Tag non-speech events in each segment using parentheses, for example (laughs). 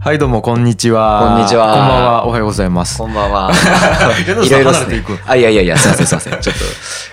はいどうもこんにちはこんにちはこんばんはおはようございます。こんばん (laughs) はいろいろです離れていねく。あ、いやいやいや、すいません、すいません。ちょっと、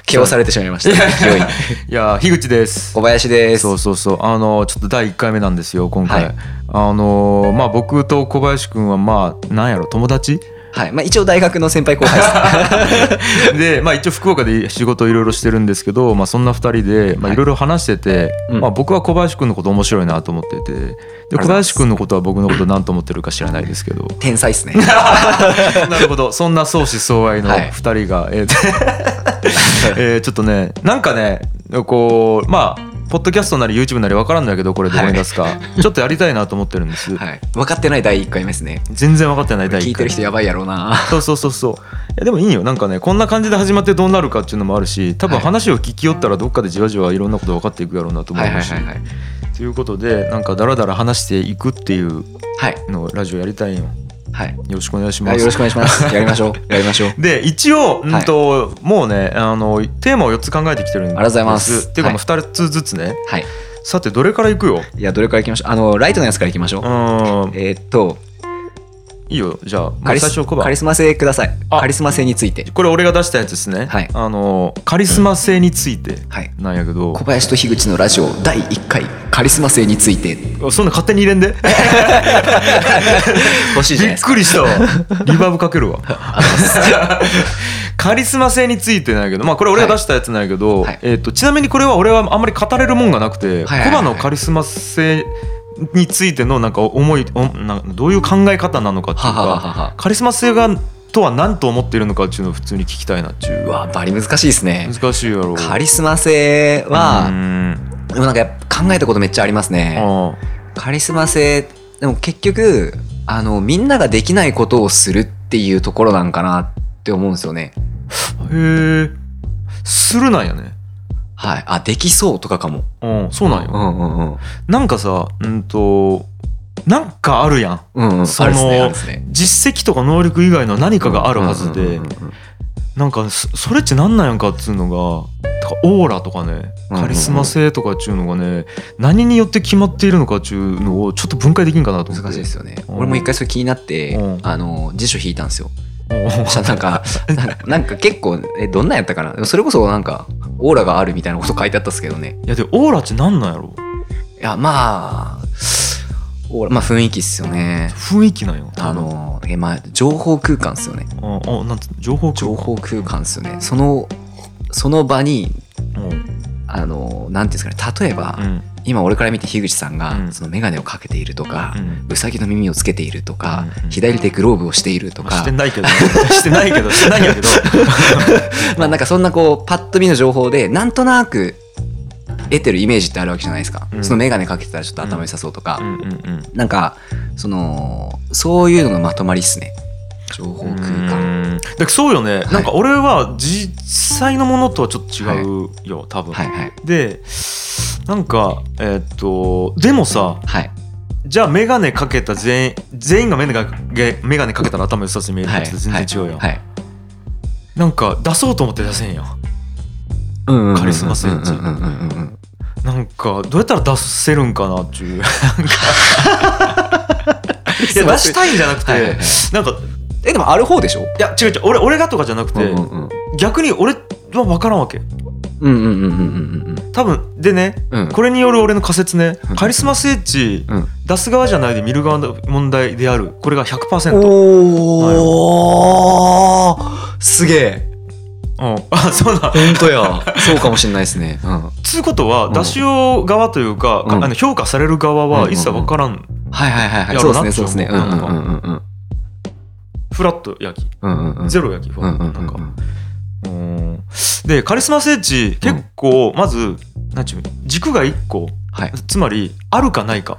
気をされてしまいました。勢いに。いやー樋口です小林です。そうそうそうあのーちょっと第1回目なんですよ今回、はいあのーまあ僕と小林くんはまあなんやろ友 (laughs) 達はい。まあ、一応大学の先輩後輩 (laughs) です。でまあ一応福岡で仕事いろいろしてるんですけど、まあ、そんな2人でまあはいいろいろ話してて、うんまあ、僕は小林くんのこと面白いなと思っててでりがとうござ小います林くんのことは僕のこと何と思ってるか知らないですけど天才ですね。 (laughs) なるほどそんな相思相愛のはい2人が、えー (laughs) えーちょっとねなんかねこうまあポッドキャストなり YouTube なり分からんだけどこれどこに出すか、ちょっとやりたいなと思ってるんです、はい。分かってない第一回目ですね。全然分かってない第聞一いて回る人やばいやろうな。そうそうそうそういやでもいいよなんかねこんな感じで始まってどうなるかっていうのもあるし多分はい話を聞き寄ったらどっかでじわじわいろんなこと分かっていくやろうなと思はいいはまいしはいはい。ということでなんかダラダラ話していくっていうはい。のをラジオやりたいんよよはい。ろしくお願いしまあすよろしくお願いします。やりましょう。 (laughs) やりましょう。で一応、はいうんともうねあのテーマを4つ考えてきてるんですありがとうございますっていうか、はいまあ2つずつねはい。さてどれからいくよいや、どれからいきましょう。あの、ライトのやつからいきましょうう。んえーっと、いいよじゃあカまリずス最初小カリ判スマ性ください。あカリスマ性について。これ俺が出したやつですね、はいあのカリスマ性についてはい。なんやけど小林と樋口のラジオ第1回カリスマ性についてそんな勝手に入れんで欲しいじびゃなっいですかくりしたわ (laughs) リバーブかけるわカリスマ性についてなんやけどまあこれ俺が出したやつなんやけど、はいはいえー、とちなみにこれは俺はあんまり語れるもんがなくて、はいはいはいコバのカリスマ性についてのなんか思いおなんどういう考え方なのかっていうかはははははカリスマ性がとは何と思っているのかっていうのを普通に聞きたいなっていううわバリ難しいですね難しいやろカリスマ性うはんでもなんかやっぱ考えたことめっちゃありますねあカリスマ性でも結局あのみんなができないことをするっていうところなんかなって思うんですよねあへえするなんやねはいあできそうとかかもうんそうなんようんうんうんなんかさ、うんと、なんかあるやん。うんうんそあのるっすねあるっすね実績とか能力以外の何かがあるはずうんうんでうん、うんなんかそそれっちなんなんやんかっつうのが、とかオーラとかね、うんうんカリスマ性とかっちゅうのがね、何によって決まっているのかっちゅうのをちょっと分解できんかなと思って。難しいですよねうん俺も一回それ気になってうんあの辞書引いたんですようんじゃあなんかなんかなんか結構えどんなんやったかなでもそれこそなんかオーラがあるみたいなこと書いてあったっすけどね (laughs) いやで、オーラっちなんなんやろいやまあオーラまあ雰囲気っすよね雰囲気なんよ。あ、のえまあ情報空間っすよねああなんつ情報情報空間っすよねそのその場にうんうんあのなんていうんですかね例えば、うん今俺から見て樋口さんが、うんその眼鏡をかけているとか、ううんさぎの耳をつけているとか、うんうん左手グローブをしているとかしてないけど、 (laughs) してないけど、してないんや (laughs) けど。まあなんかそんなこうパッと見の情報でなんとなく得てるイメージってあるわけじゃないですか、うんその眼鏡かけてたらちょっと頭良さそうとか、うんうんうん。なんかそのそういうののまとまりっすね情報空間うーんだからそうよね、いなんか俺は実際のものとはちょっと違うよ、多分、はいはいでなんかえーっとでもさはいじゃあ眼鏡かけた全員全員が眼鏡かけ眼鏡かけたら頭良さそうに見えるはやいつと全然違うよ、んはいなんか出そうと思って出せんやんうんうんうんうんうんうんうんうんカリスマ性一なんかどうやったら出せるんかなって (laughs) いうなんかいや出したいんじゃなくて、はいはいはいなんかえでもある方でしょいや違う違う俺俺がとかじゃなくて、うんうん逆に俺は分からんわけうんうんうんうんうん多分でねうんうんこれによる俺の仮説ねうんカリスマ性値うん出す側じゃないで見る側の問題であるこれが100%おおすげえうんあそうだ本当やそうかもしれないですねうんはいつうことはうん出しよう側というか、かうんあの評価される側は一切分からん、はいはいはいやそろううですなねそうですねってうん思ううんうんうんうんフラット焼きうんうんうんゼロ焼きフうラんッうトなんうんんうかんうんでカリスマ性値結構まずなんちゅうの軸が1個はいつまりあるかないか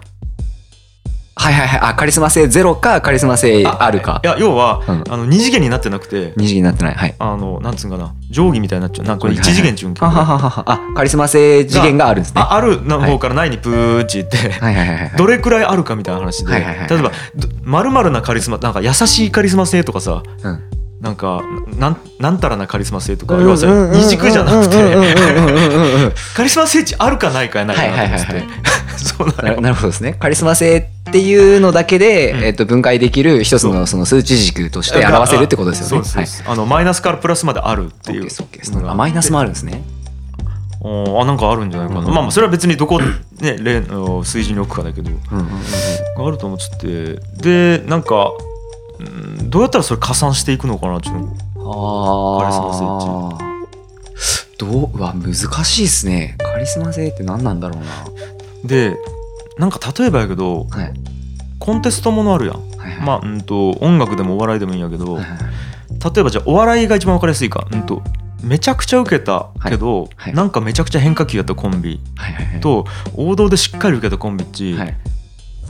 はいはいはいあカリスマ性ゼロかカリスマ性あるかいや要は、うんあの二次元になってなくて二次元になってないはいあのなんつうんかな定規みたいになっちゃうなんかこれ一次元っちゅうんけどあははははあカリスマ性次元があるんですねああるの方からないにプーチって、はいはいはいはいどれくらいあるかみたいな話で、はいはいはい例えばまるまるなカリスマなんか優しいカリスマ性とかさうんなんかなんなんたらなカリスマ性とか要はさ二軸じゃなくてうんうんうんうんうんうんうんうんカリスマ性値あるかないかやないかなと思っててはいはいそうなのななる (laughs) ほどですね。カリスマ性っていうのだけで、うんえっと、分解できる一つそうのその数値軸として表せるってことですよね。そうですそうですあのマイナスからプラスまであるってはい。いオッケうーですオッケーですあマイナスもあるんですね。おーあなんかあるんじゃないかな、うんまあまあそれは別にどこねレーンを水準に置くかだけどうんうんうんあると思っちゃってでなんか、うん、どうやったらそれ加算していくのかなちょっとカリスあマあ。どううわ難しいですね。カリスマ性って何なんだろうな。でなんか例えばやけどはい。コンテストものあるやんはいはい、まあうんと音楽でもお笑いでもいいんやけどはい例はいはいえばじゃあお笑いが一番分かりやすいかうんとめちゃくちゃ受けたけど、はいなんかめちゃくちゃ変化球やったコンビはいはいはい、と王道でしっかり受けたコンビっち、はい、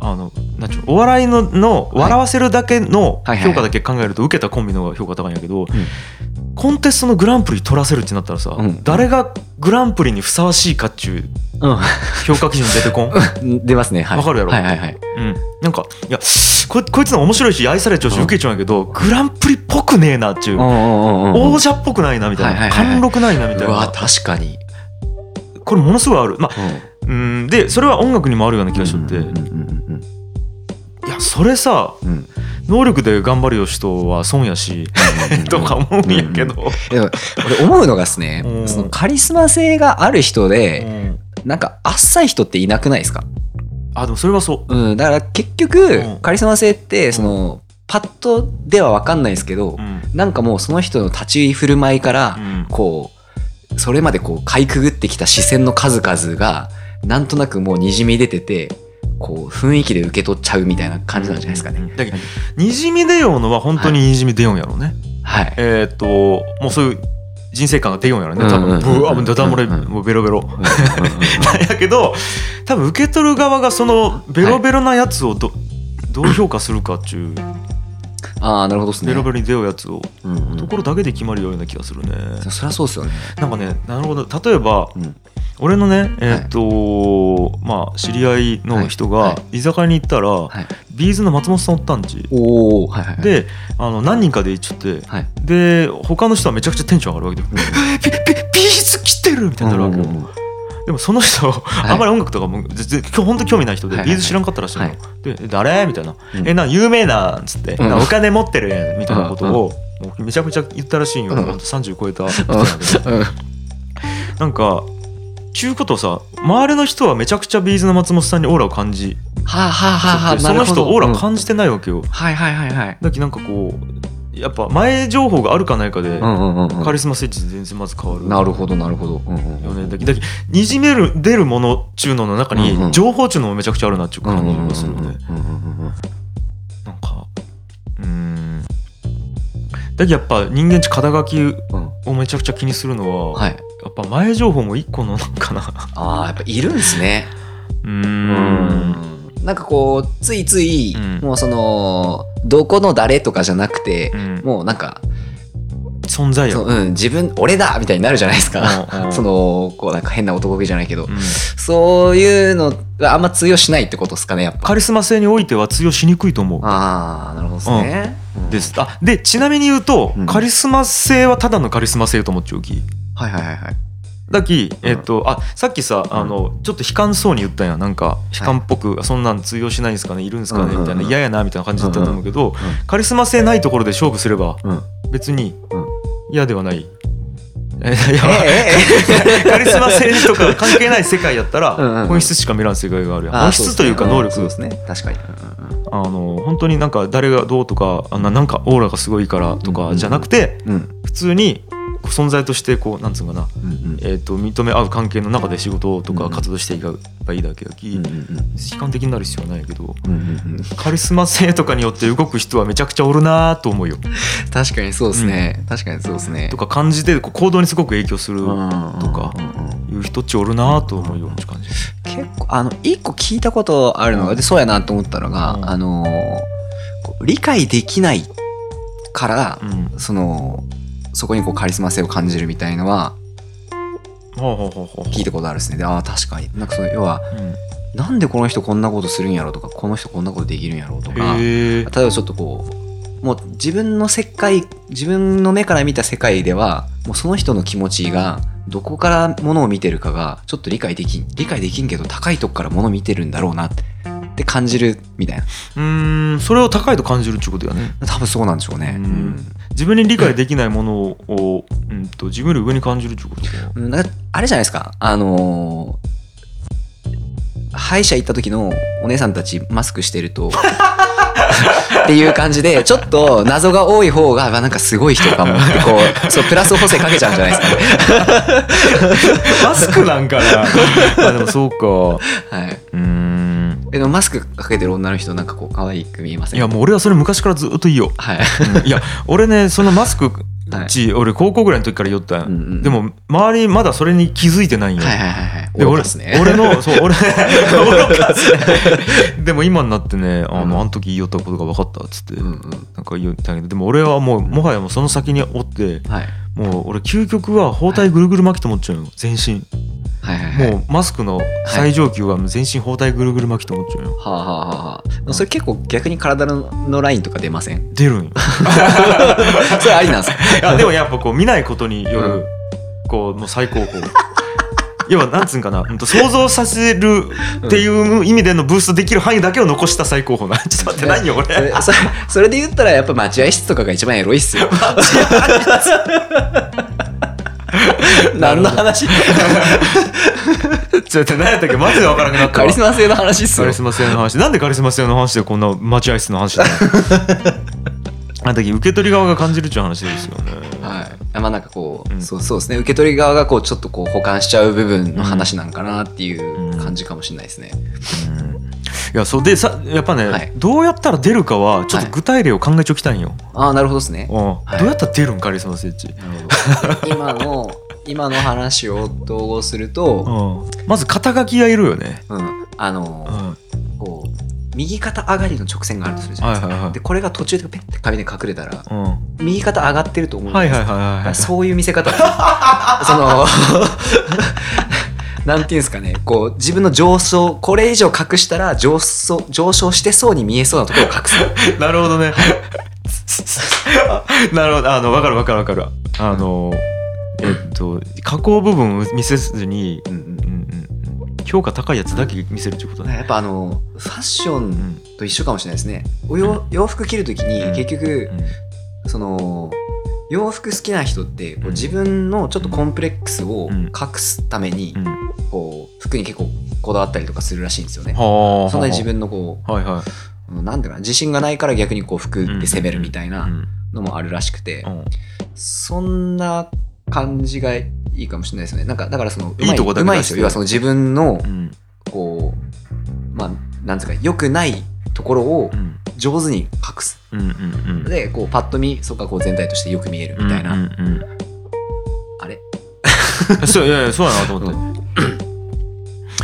あのなんちゅうのお笑いののはい笑わせるだけのはいはいはい評価だけ考えると受けたコンビの方が評価高いんやけど、んコンテストのグランプリ取らせるってなったらさ、うん誰がグランプリにふさわしいかっちゅう評価基準出てこん、う (laughs) うん、出ますね。はい、わかるやろはいはいはい。ん、なんかいやここいつの面白いし愛されちゃうし受けちゃうんやけど、グランプリっぽくねえなっちゅう、うんうんうんうん王者っぽくないなみたいな、はいはいはいはい貫禄ないなみたいうわな確かに。これものすごいあるまあうんうんでそれは音楽にもあるような気がしとって、うんいうんうんやそれさうんうん。能力で頑張るよ人は損やしとか思うんやけど、でも俺思うのがですねうんそのカリスマ性がある人でうんなんかあっさい人っていなくないですか、あでもそれはそううん、だから結うん局カリスマ性ってそのパッとでは分かんないですけどうん、なんかもうその人の立ち振る舞いからうんこうそれまでこうかいくぐってきた視線の数々がなんとなくもうにじみ出ててこう雰囲気で受け取っちゃうみたいな感じなんじゃないですかね。だけどにじみ出ようのは本当ににじみ出ようんやろうね、はい、えーっともうそういう人生観が出ようんやろうね多うん分うんうんブワーダダ漏れうんうんもうベロベロ (laughs) やけど多分受け取る側がそのベロベロなやつをど,、どう評価するかっちゅうああなるほどですね。ベロベロに出ようやつをうんうんところだけで決まるような気がするね、そりゃそうですよね。なんかねなるほど例えばうん俺のねえーっと、まあ知り合いの人はいがは居酒屋に行ったら、いビーズの松本さんおったんちおお、はいはいはい。、であの何人かで行っちゃってはい。で他の人はめちゃくちゃテンション上がるわけで「ピピピーズ来てる!」みたいになるわけようんうんうんでもその人いあんまり音楽とかも全然本当興味ない人ではいはいビはいーズ知らんかったらしいのはいで「え誰?」みたいな「うんえなんか有名なん」つって「うんなんかお金持ってるやん」みたいなことをもうめちゃくちゃ言ったらしいんようんほんと30超えた人なんだけどうんなんかちゅうことをさ周りの人はめちゃくちゃビーズの松本さんにオーラを感じはあはあはあはあ。そなのるほ人どオーラうん感じてないわけよはいはいはいはい。だけどなんかこうやっぱ前情報があるかないかでうんうんうんカうリスマ性質全然まず変わるん。なるほどなるほど。うんうんよねだけだけにじめる出るものっちゅうのの中うんうにん情報っちゅうのもめちゃくちゃあるなっちゅううん感じうんうんうんうんがするよねうんうんうんなんかうーんだけどやっぱ人間っち肩書きうんをめちゃくちゃ気にするのは、はい。やっぱ前情報も一個のなんかなああ、やっぱいるんですね。うー。うんなんかこう、ついつい、うんもうその、どこの誰とかじゃなくてう、んもうなんか、存在そよううん、自分、俺だみたいになるじゃないですうんう (laughs) か。んその、こうなんか変な男気じゃないけどう、んそういうのがあんま通用しないってことですかね、やっぱ。カリスマ性においては通用しにくいと思うああ、なるほどですね。うんで。すあでちなみに言うと、うんカリスマ性はただのカリスマ性と思っちゃうきはいはいはいはい。だき、えっとあさっきさあのちょっと悲観そうに言ったやんなんか悲観っぽく、そんなん通用しないんですかねいるんですかうんうねんうんみたいな嫌やなみたいな感じだったと思うけど、んうカリスマ性ないところで勝負すればうん。別にうん嫌ではない。え (laughs) いえやえええカリスマ性とか関係ない世界やったらうんうんうん本質しか見らん世界があ (laughs) るやんあー本質というか能力そうですね。うんそうですね確かに。あの本当になんか誰がどうとかあななんかオーラがすごいからとうんうんかうんじゃなくてうんうん普通に存在としてこうなんつうのかなうんうんえー、と認め合う関係の中で仕事とうかん活動していけばいいだけだき、うんうん悲観的になる必要はないけどうんうんうんうんカリスマ性とかによって動く人はめちゃくちゃおるなーと思うよ確かにそうですね。確かにそうですねと。か感じてこう行動にすごく影響するとかいう人っちおるなーと思うような感じ結構あの一個聞いたことあるのがでそうやなと思ったのが、うんあのーこう理解できないから、うんはそのそこにこうカリスマ性を感じるみたいのはあはあはあはあ聞いたことあるですね。でああ確かになんかその要はなんでこの人こんなことするんやろうとかこの人こんなことできるんやろうとうんか。へえ例えばちょっとこうもう自分の世界自分の目から見た世界ではもうその人の気持ちがどこからものを見てるかがちょっと理解できん理解できんけど高いとこからもの見てるんだろうなって感じるみたいなうーんそれを高いと感じるっていうことやね多分そうなんでしょうね。ううんん自分に理解できないものを、うん、と自分より上に感じるっていうことかうんなんかあれじゃないですかあのー歯医者行った時のお姉さんたちマスクしてるとっていう感じでちょっと謎が多い方がうわなんかすごい人かもってこうそうプラス補正かけちゃうんじゃないですかね、マスクなんか (laughs) なあでもそうかはい、うーんえでもマスクかけてる女の人なんかこう可愛く見えませいんやもう俺はそれ昔からずっといいよ、はい、うんいや俺ねそのマスクはいち、俺高校ぐらいの時から酔ったん、うんうんでも周りまだそれに気づいてないんよ、はいはいはいはいで愚俺かっすね俺 (laughs) のそう俺愚かっすね (laughs) でも今になってねあの、うんあの時言いよったことが分かったっつって、うんうんなんか言ったんやけどでも俺はもうもはやもうその先におってはいもう俺究極は包帯ぐるぐる巻きと思っちゃうよ全身はいはいはいもうマスクの最上級は全身包帯ぐるぐる巻きと思っちゃうよはあはあはあはあでもそれ結構逆に体ののラインとか出ません (laughs) 出るんよそれありなんですかいやでもやっぱこう見ないことにようるんこうもう最高峰 (laughs) 要はなんつうんかなうんと想像させるっていう意味でのブーストできる範囲だけを残した最高峰な (laughs) ちょっと待って何よそ俺れそれそれで言ったらやっぱ待合室とかが一番エロいっすよ何 (laughs) の話ちょっと何やったっけマジで分からなくなったカわリスマ性の話っすカよリスマ性の話なんでカリスマ性の話で (laughs) こんな待合室の話だあの時受け取り側が感じるっていう話ですよねはい、まあなんかこう、うんそうそうですね受け取り側がこうちょっとこう保管しちゃう部分の話なんかなっていう感じかもしれないですね、いやそうでさやっぱね、はいどうやったら出るかはちょっと具体例を考えちょきたいんよ、ああなるほどですねうんいどうやったら出るんカリスマ性っち、なるほど今の今の話を統合するうと、ん、まず肩書きがいるよね、うん、あのうん、はこう右肩上がりの直線があるとするじいゃないはでいすか、はいでこれが途中でペッて紙で隠れたらうん、は右肩上がってると思うじゃないはいですはいかはいはいそういう見せ (laughs) 方その (laughs) なんていうんですかねこう自分の上昇これ以上隠したら上昇上昇してそうに見えそうなところを隠す (laughs) なるほどね (laughs) なるほどあの分かる分かる分かるあのえっと加工部分を見せずにうんうんうんうんうん評価高いやつだけ見せるってことね。やっぱあのファッショうンんと一緒かもしれないですねお洋洋服着るときにうん結局うんその洋服好きな人ってこうんう自分のちょっとコンプレックスをうん隠すためにうんこう服に結構こだわったりとかするらしいんですよね。はあ。そんなに自分のこはいはうなんていうかな自信がないから逆にこう服って攻めるみたいい。なのもあるらしくて、うんそんな感じがいいかもしれないですよねなんかだからそのうまいいとこだけうまい出んしですてよ要はその自分のうんこうまあなんつうか良くないところをうん上手に隠すうんうんうんうんでこうパッと見そこがこう全体としてよく見えるみたいな、うんうんあれうんそういやいやそうやなと思って。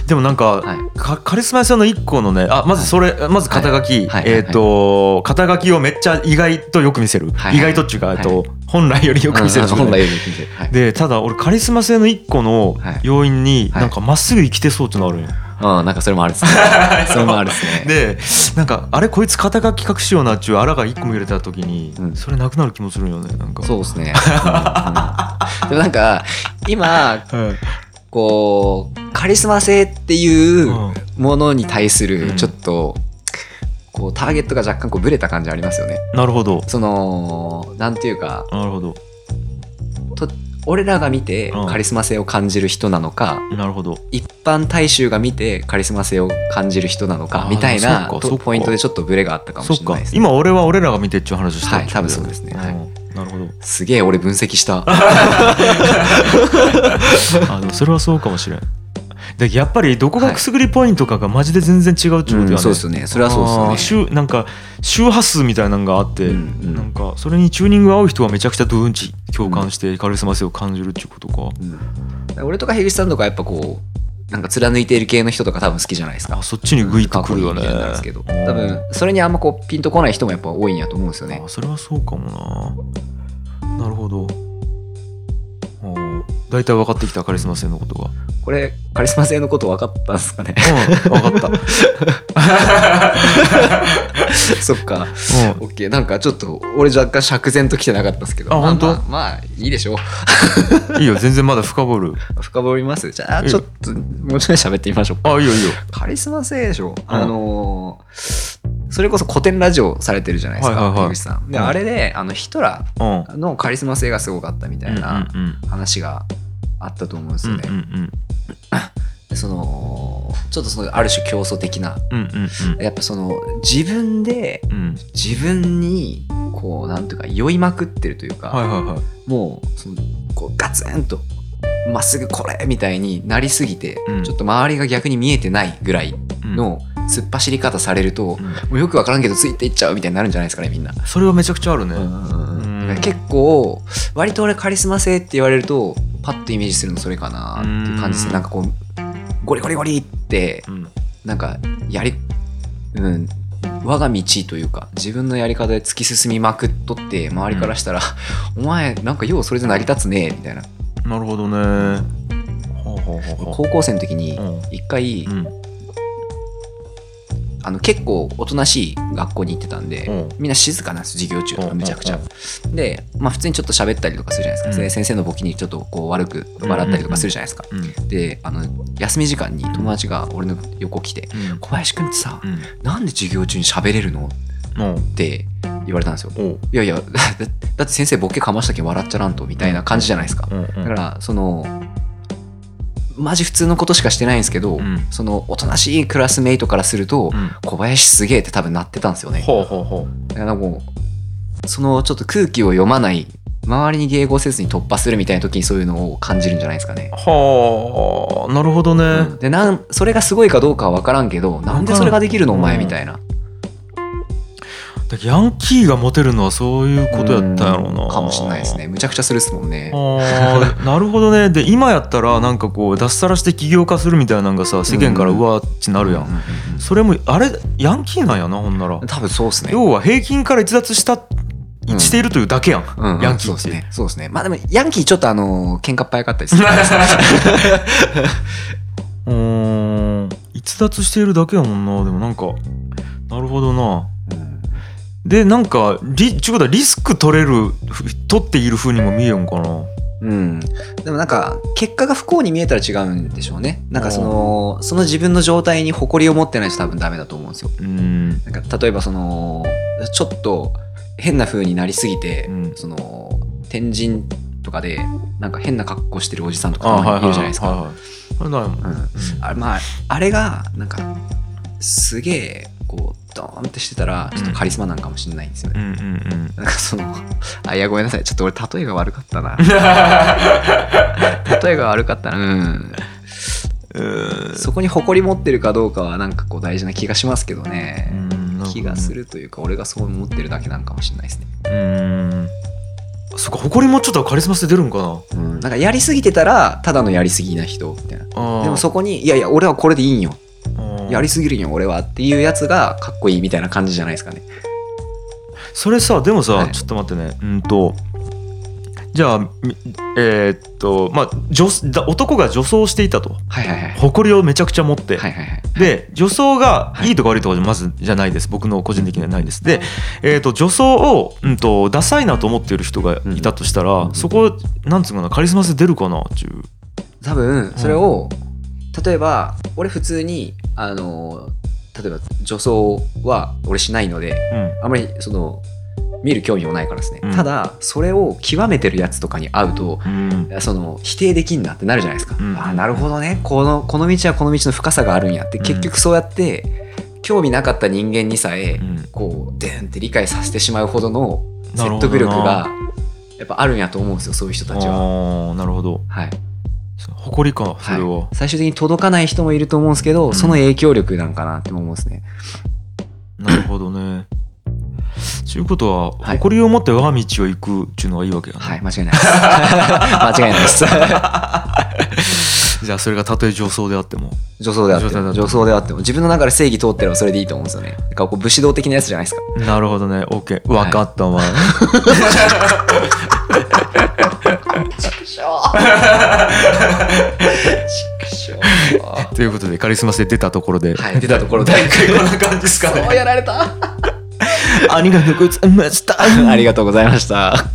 でもなんか、はいかカリスマ性の一個のねあまずそれ、まず肩書き、はいはいえっ、と、肩書きをめっちゃ意外とよく見せる、はいはい意外とっていうか、えっと本来よりよく見せる、うん本来よりよく見せるはい (laughs) でただ俺カリスマ性の一個のはい要因にはいなんかまっすぐ生きてそうってのあるんよ、うんなんかそれもあるっすね (laughs) それもあるっすねでなんかあれこいつ肩書き隠しようなっちゅうあらが一個も入れた時に、うんそれなくなる気もするんよねなんかそうで (laughs) すね、うんうんでもなんか今うん、こうカリスマ性っていう、うんものに対すうるんちょっと、こうターゲットが若干こうブレた感じありますよね。なるほどそのなんていうかなるほど俺らが見てうんカリスマ性を感じる人なのか、なるほど一般大衆が見てカリスマ性を感じる人なのあかーみたいなそっかとそっかポイントでちょっとブレがあったかもそっしれなかいですね。今俺は俺らが見てっちゅう話したはい多分そうですねはういんなるほどすげえ俺分析した。あでもそれはそうかもしれんでやっぱりどこがくすぐりポイントかがマジで全然違うっちゅうことやね、うんそうですよねそれはそうあーですよね。周なんか周波数みたいなのがあって、うんうんなんかそれにチューニングが合う人はめちゃくちゃドゥーンチ共感してカリスマ性を感じるっていうことか、うん俺とか樋口さんとかやっぱこうなんか貫いている系の人とか多分好きじゃないですかあ。そっちにグイッとくるよねかっこいいみたいなんですけど多分それにあんまこうピンとこない人もやっぱ多いんやと思うんですよねあ。それはそうかもななるほどおー大体分かってきたカリスマ性のことがこれカリスマ性のこと分かったんですかねうん、分かっ (laughs) そっかた。うん、オッケーなんかちょっと俺若干釈然と来てなかったですけどあま本当まあまあいいでしょいいよ全然まだ深掘るう深掘りますじゃあうんちょっともうちょい喋ってみましょうかあいいよいいよカリスマ性でしょ、あのーそれこそ古典ラジオされてるじゃないですか、はいはいはい井口さんで、うんあれであのヒトラうんーのカリスマ性がすごかったみたいなうんうん話があったと思うんですうんようんね、うんでそのちょっとそのある種競争的なうんうんやっぱその自分でうんうん自分にこうなんていうか酔いまくってるというか、はいはいはいもうそのこうガツンとまっすぐこれみたいになりすぎて、うんちょっと周りが逆に見えてないぐらいうんの突っ走り方されると、うんもうよくわからんけどついていっちゃうみたいになるんじゃないですかねみんな。それはめちゃくちゃあるねだから結構割と俺カリスマ性って言われるとパッとイメージするのそれかなっていう感じですうんなんかこうゴリゴリゴリってうんなんかやりうん我が道というか自分のやり方で突き進みまくっとって周りからしたら「お前なんかようそれで成り立つね」みたいななるほどねはあはあは高校生の時にあうん一回うんあの結構おとなしい学校に行ってたんでうんみんな静かなんです授業中とかうんめちゃくちゃうんでまあ普通にちょっと喋ったりとかするじゃないですかうんで先生のボキにちょっとこう悪く笑ったりとかするじゃないですかうんであの休み時間に友達が俺の横来てうん「小林くんってさうんなんで授業中に喋れるの?」うんって言われたんですよおういやいや、 (laughs) だだって先生ボケかましたけん笑っちゃらんとみたいな感じじゃないですか。うんうだんから、その、マジ普通のことしかしてないんですけど、うんその、おとなしいクラスメイトからすると、うん小林すげえって多分なってたんですよね。ほうほうほだからもう、そのちょっと空気を読まない、周りに迎合せずに突破するみたいな時にそういうのを感じるんじゃないですかね。うはあなるほどねうんでなんそれがすごいかどうかは分からんけどなんでそれができるのお前みたいなだからヤンキーがモテるのはそういうことやったんやろううなんかもしれないですねむちゃくちゃするっすもんねあーなるほどねで今やったらなんかこう脱サラして起業家するみたいなんがさ世間からうんうわーってなるやうんんうんそれもあれヤンキーなんやなほんならうん多分そうっすね要は平均から逸脱したうんしているというだけやん、うんヤンキそーうでっすて、ね。そうですね。まあでも、ヤンキーちょっとあの、喧嘩っ早かったり (laughs) する。うーん逸脱しているだけやもんなでもなんかなるほどなうんでなんかリちゅうことはリスク取れるふ取っている風にも見えんかなうん。でもなんか、結果が不幸に見えたら違うんでしょうね。なんかその、その自分の状態に誇りを持ってないと多分ダメだと思うんですよ。うんなんか、例えばその、ちょっと変な風になりすぎて、うんその、天神とかで、なんか変な格好してるおじさんとかたまにいるじゃないですはか。はあれないもん、うんうん。あまああれがなんかすげえこうドーンってしてたらちょっとカリスマなんかもしれないんですようね、んうんうんなんかその (laughs) あいやごめんなさいちょっと俺例えが悪かったな例えが悪かったなうんうんそこに誇り持ってるかどうかはなんかこう大事な気がしますけどうね、んなんか気がするというか俺がそう思ってるだけなんかもしれないですね、うんそっか誇りもちょっとカリスマ性出るんかなうん、なんかやりすぎてたらただのやりすぎな人みたいなあーでもそこにいやいや俺はこれでいいんよあーやりすぎるんよ俺はっていうやつがかっこいいみたいな感じじゃないですかねそれさでもさ、はいちょっと待ってねうんとじゃあみえーっとまあ女だ男が女装していたとはいはいはい誇りをめちゃくちゃ持って、はいはいはいで女装がはいいいとか悪いとかじゃまずじゃないです僕の個人的にはないですで、えーっと女装を、うん、とダサいなと思っている人がいたとしたら、うんそこなんつうのかなカリスマ性出るかなっていう。多分それを、例えば俺普通にあの例えば女装は俺しないのでうんあまりその見る興味もないからですね、うんただそれを極めてるやつとかに会うとうんその否定できんなってなるじゃないですか、うんああなるほどねこのこの道はこの道の深さがあるんやってうん結局そうやって興味なかった人間にさえうんこうでんって理解させてしまうほどのなるほ説どな得力がやっぱあるんやと思うんですよそういう人たちは。ああなるほどはい誇りかそれは、はい、最終的に届かない人もいると思うんですけど、うんその影響力なんかなって思うんですね。なるほどねということは、はい誇りを持って我が道を行くっていうのがいいわけやな、はい、間違いないです。 (laughs) 間違いな (laughs) いです。じゃあそれがたとえ上層であっても女装であって女装であっても、も女装であっても、自分の中で正義通ってればそれでいいと思うんですよね。だからこう武士道的なやつじゃないですか。なるほどね OK わかったわ、 (laughs) しょ (laughs) ということでカリスマ性出たところで、はい出たところで第一回 (laughs) こんな感じですかそねうやられた (laughs) ありがとうございましたありがとうございました